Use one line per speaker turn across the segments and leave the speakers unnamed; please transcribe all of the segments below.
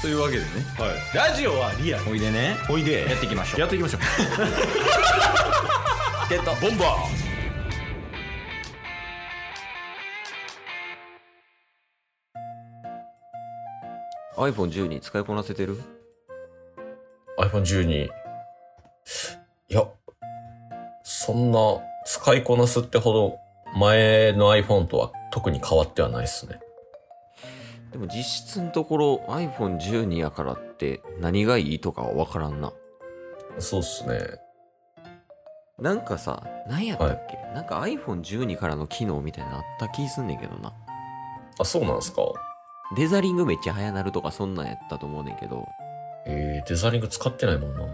というわけでね
はい、ラジオはリアル
おいでね
おいで
やっていきましょう
やっていきましょう
ゲット
ボンバ
ー iPhone12 使いこなせてる
ー !iPhone12。いや、そんな使いこなすってほど前の iPhone とは特に変わってはないですね。
でも実質のところ iPhone12 やからって何がいいとかは分からんな
そうっすね。
なんかさ何やったっけ、なんか iPhone12 からの機能みたいなのあった気すんねんけどな
あ、そうなんすか
デザリングめっちゃ早なるとかそんなんやったと思うねんけど
えー、デザリング使ってないもんな。う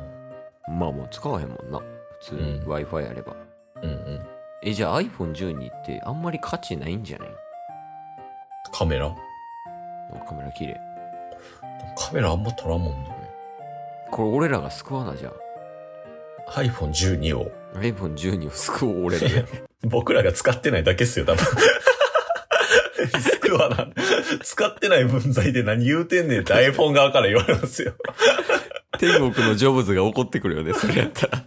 まあもう使わへんもんな普通に
うん
w i f i あれば、
んうん。
えじゃあ iPhone12 ってあんまり価値ないんじゃない
カメラ
おカメラ綺麗
カメラあんま撮らんもんな。
これ俺らが救わなじゃ
iPhone12 を。
あ iPhone12 を救おう俺 らで
僕らが使ってないだけっすよ、多分。救わな。使ってない分際で何言うてんねんって iPhone 側から言われますよ。
天国のジョブズが怒ってくるよねそれやったら
確か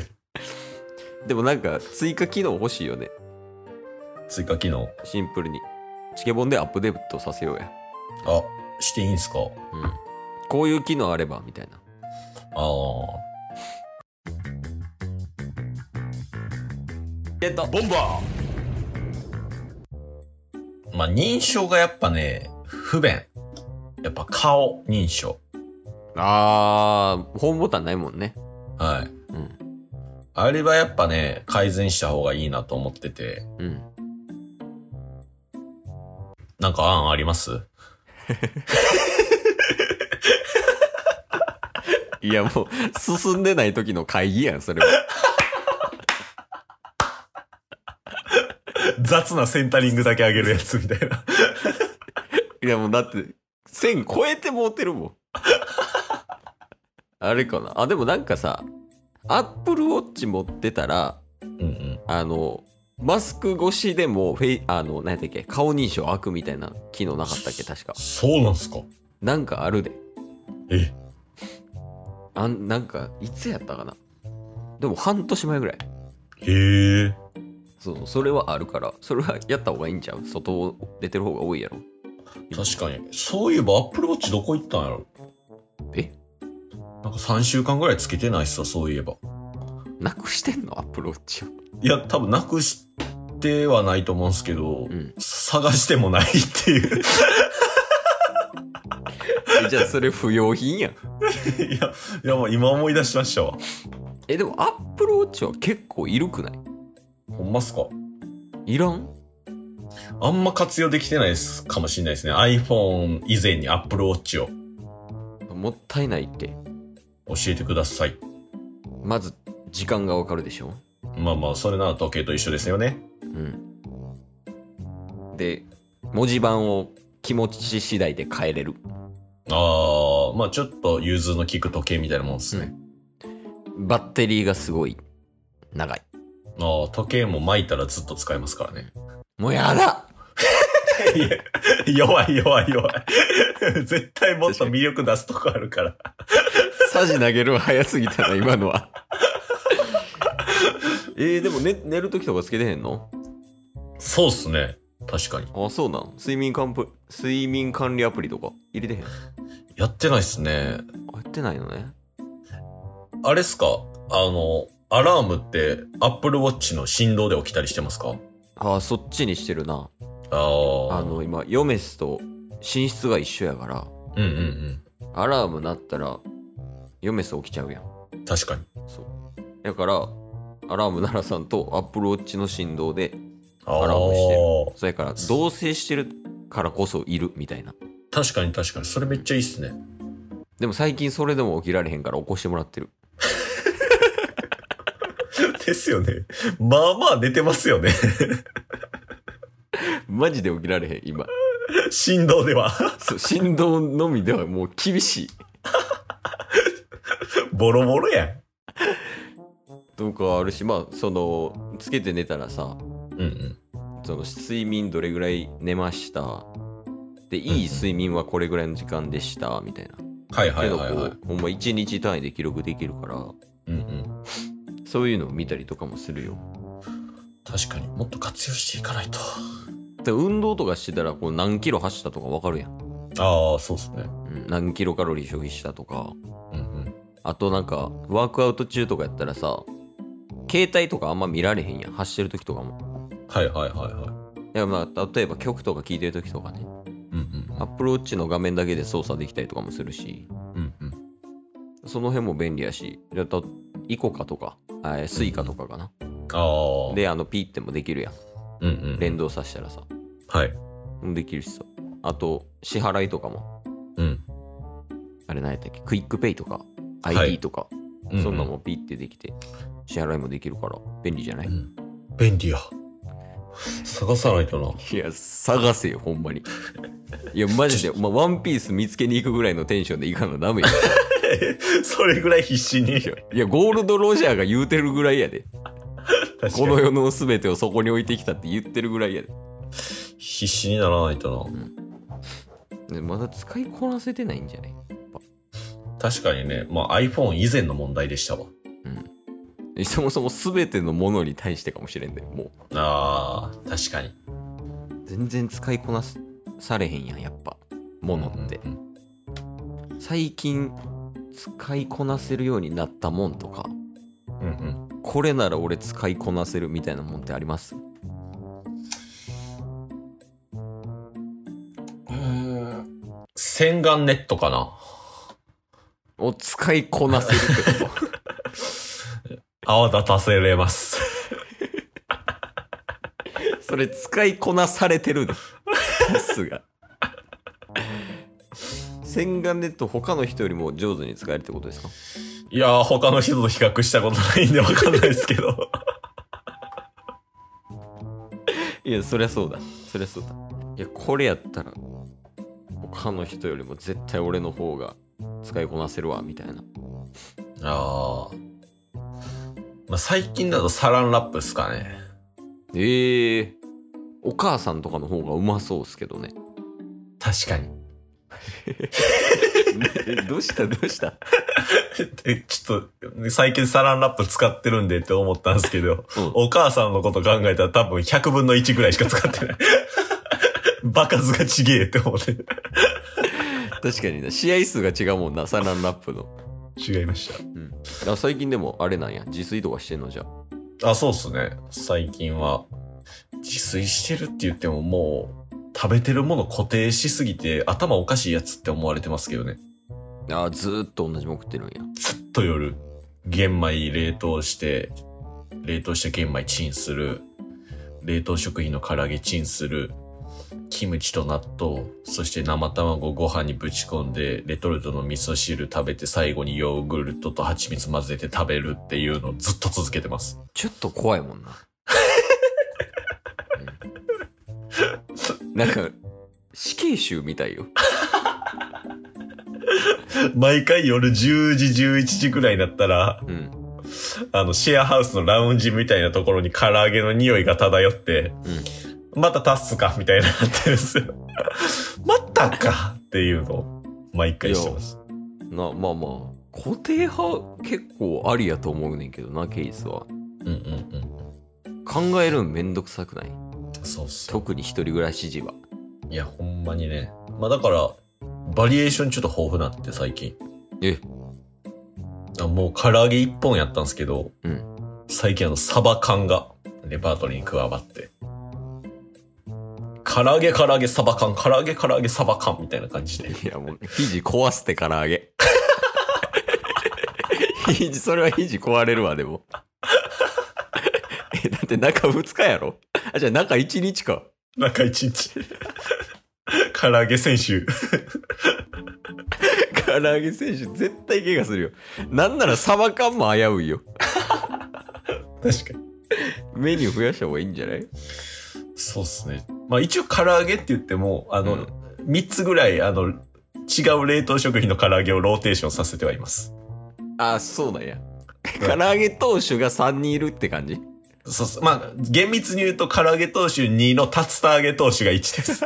に。
でもなんか追加機能欲しいよね
追加機能。
シンプルにチケボンでアップデートさせようや、
あ、していいんすか
うん、こういう機能あればみたいな
ああ。
ゲット
ーボンバ
まあ、認証がやっぱね、不便。やっぱ顔認証。
あーホームボタンないもんね
はい。
うん
あれはやっぱね、改善した方がいいなと思ってて。
うん
なんか案あります
いやもう進んでない時の会議やんそれは
雑なセンタリングだけ上げるやつみたいな。
いやもうだって1000超えてもうてるもん あれかなあでもなんかさアップルウォッチ持ってたら
うんうん。
あのマスク越しでもフェイあの何やったっけ顔認証開くみたいな機能なかったっけ確か
そうなんすか
なんかあるで
え
あんなんかいつやったかなでも半年前ぐらい
へえ。
そうそうそれはあるからそれはやった方がいいんちゃう外を出てる方が多いやろ
確かに。そういえば Apple Watch どこ行ったんやろ
え
なんか3週間ぐらいつけてないっすわ、そういえば。
なくしてんのアップローチを
いや、多分なくしてはないと思うんすけど、
うん
探してもないっていう。
えじゃあそれ不要品やん
いや、いや、もう今思い出しましたわ。
えでもアップローチは結構いるくない
ほんますか
いらん
あんま活用できてないですかもしれないですね。iPhone 以前に Apple Watch を
もったいないって
教えてください。
まず時間がわかるでしょ
まあまあ、それなら時計と一緒ですよね。
うんで文字盤を気持ち次第で変えれる
あー、まあちょっと融通の利く時計みたいなもんですね。
バッテリーがすごい長い
ああ、時計も巻いたらずっと使えますから ね。
もうやだ
いや弱い弱い弱い。 絶対もっと魅力出すとこあるから。
サジ投げるは早すぎたな今のは えー、でも寝寝るときとかつけてへんの
そうっすね。確かに。
あそうなん睡眠管プ睡眠管理アプリとか入れてへんあ
やってないっすね。
やってないのね
あれっすかあの、アラームってアップルウォッチの振動で起きたりしてますか
あそっちにしてるな
ああ。
あの今ヨメスと寝室が一緒やから
うんうん
アラーム鳴ったらヨメス起きちゃうやん
うん。確かに。
そうだからアラーム鳴らさんとアップルウォッチの振動で
あ
アラームしてる
ー
それから同棲してるからこそいるみたいな
確かに確かに。それめっちゃいいっ すね。
でも最近それでも起きられへんから起こしてもらってる
ですよね。まあまあ寝てますよね。
マジで起きられへん今
振動では。
そう振動のみではもう厳しい
ボロボロやん。
とかあるしまあそのつけて寝たらさ
うんうん。
その睡眠どれぐらい寝ましたでいい睡眠はこれぐらいの時間でしたみたいな。
はいはい
っ
は
て
い
の
は
を
い
こ。うほんま1日単位で記録できるから
うんうん。
そういうのを見たりとかもするよ。
確かにもっと活用していかないと。
で運動とかしてたらこう何キロ走ったとか分かるやん、
ああ、そうですね。
うん何キロカロリー消費したとか
うんうん。
あとなんかワークアウト中とかやったらさ携帯とかあんま見られへんやん走ってる時とかも
はいはいはいはい
やまあ例えば曲とか聴いてる時とかね
い。うんうん。
Apple Watch の画面だけで操作できたりとかもするし
うんうん。
その辺も便利やしやったイコカとかえースイカとかかな、
ああ。、
であのピーってもできるやん
うんうん。
連動させたらさ
はい。
できるしさあと支払いとかも
うん。
あれ何やったっけクイックペイとか
はい
ID とか、
うんうん
そんなんもピッてできて支払いもできるから便利じゃない、
うん便利や。探さないとな。
いや探せよほんまにいやマジでお前ワンピース見つけに行くぐらいのテンションで行かなダメよ
それぐらい必死に。
いやゴールド・ロジャーが言うてるぐらいやでこ
こ
の
の
世の全てをそこに置いてきたって言ってるぐらいや で
必死にならないとな。
でまだ使いこなせてないんじゃない
確かにね、まあ iPhone 以前の問題でしたわ。
えそもそも全てのものに対してかもしれんで、もう
ああ、確かに。
全然使いこなすされへんやんやっぱものって、
うんうん
最近使いこなせるようになったもんとか
うんうん。
これなら俺使いこなせるみたいなもんってあります
洗顔ネットかな。
お使いこなせる ってこと
泡立たせれます。
それ使いこなされてるでさす が洗顔ネット他の人よりも上手に使えるってことですか
いやー、他の人と比較したことないんでわかんないですけど。
いやそりゃそうだそりゃそうだいやこれやったら他の人よりも絶対俺の方が使いこなせるわみたいな
ああ。まあ、最近だとサランラップっすかね。
ええお母さんとかの方がうまそうっすけどね。
確かに。
どうしたどうした
え、ちょっと、最近サランラップ使ってるんでって思ったんですけど、
うん
お母さんのこと考えたら多分100分の1ぐらいしか使ってない。 バカ数がちげえって思って。
確かにな。試合数が違うもんな、サランラップの。
違いまし
うん。あ最近でもあれなんや。自炊とかしてんのじゃあ。
た。あ、そうっすね。最近は、自炊してるって言ってももう、食べてるもの固定しすぎて頭おかしいやつって思われてますけどね。
あーずーっと同じもん食ってるんや。
ずっと夜、玄米冷凍して、冷凍した玄米チンする、冷凍食品の唐揚げチンする、キムチと納豆、そして生卵をご飯にぶち込んで、レトルトの味噌汁食べて、最後にヨーグルトと蜂蜜混ぜて食べるっていうのをずっと続けてます。
ちょっと怖いもんな。 うんなんか、死刑囚みたいよ。
毎回夜10時、11時くらいになったら、
うん。
あの、シェアハウスのラウンジみたいなところに唐揚げの匂いが漂って、また足すかみたいになってるんですよ。 またかっていうのを、毎回してます。
な、まあまあ、固定派結構ありやと思うねんけどな、ケイスは。
うんうん
考えるんめんどくさくない
うん。そうそう。
特に一人暮らし時は。
いや、ほんまにね。まあだから、バリエーションちょっと豊富なって最近。
え、
あもう唐揚げ一本やったんですけど、
うん。
最近あの、サバ缶が、レパートリーに加わって。唐揚げ唐揚げサバ缶、唐揚げ唐揚げサバ缶みたいな感じで。
いやもう、肘壊すって唐揚げ。肘、それは肘壊れるわ、でも。え、だって中2日やろあ、じゃあ中1日か。
中一日。唐揚げ選手。
唐揚げ選手絶対怪我するよ。なんならサバ缶も危ういよ。
確かに。
メニュー増やした方がいいんじゃない
そうっすね。まあ一応唐揚げって言っても、あ
うん
の、三3つぐらい、あの、違う冷凍食品の唐揚げをローテーションさせてはいます。
あ、そうなんや。 唐揚げ投手が3人いるって感じ
そうっす。まあ、厳密に言うと唐揚げ投手2の竜田揚げ投手が1です。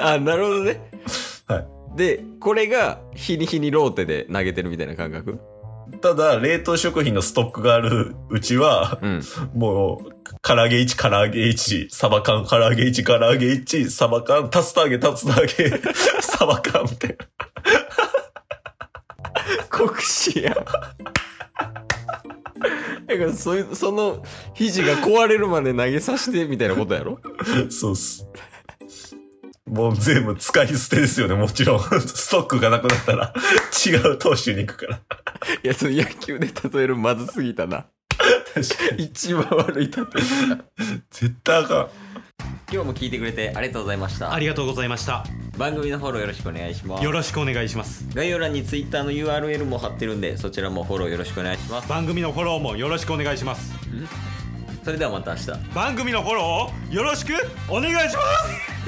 あなるほどね
はい
でこれが日に日にローテで投げてるみたいな感覚
ただ、冷凍食品のストックがあるうちは、
うん
もう、唐揚げ1、唐揚げ1、サバ缶、唐揚げ1、唐揚げ1、サバ缶、竜田揚げ、竜田揚げ、 サバ缶みたいな。
国士やだからそういうその肘が壊れるまで投げさせてみたいなことやろ
そうっす。もう全部使い捨てですよね、もちろん。ストックがなくなったら、違う投手に行くから。
いやその野球で例えるまずすぎたな
確かに。
一番悪い例え
絶対あかん。
今日も聞いてくれてありがとうございました
ありがとうございました
番組のフォローよろしくお願いします
よろしくお願いします
概要欄に Twitter の URL も貼ってるんでそちらもフォローよろしくお願いします
番組のフォローもよろしくお願いします
それではまた明日
番組のフォローをよろしくお願いします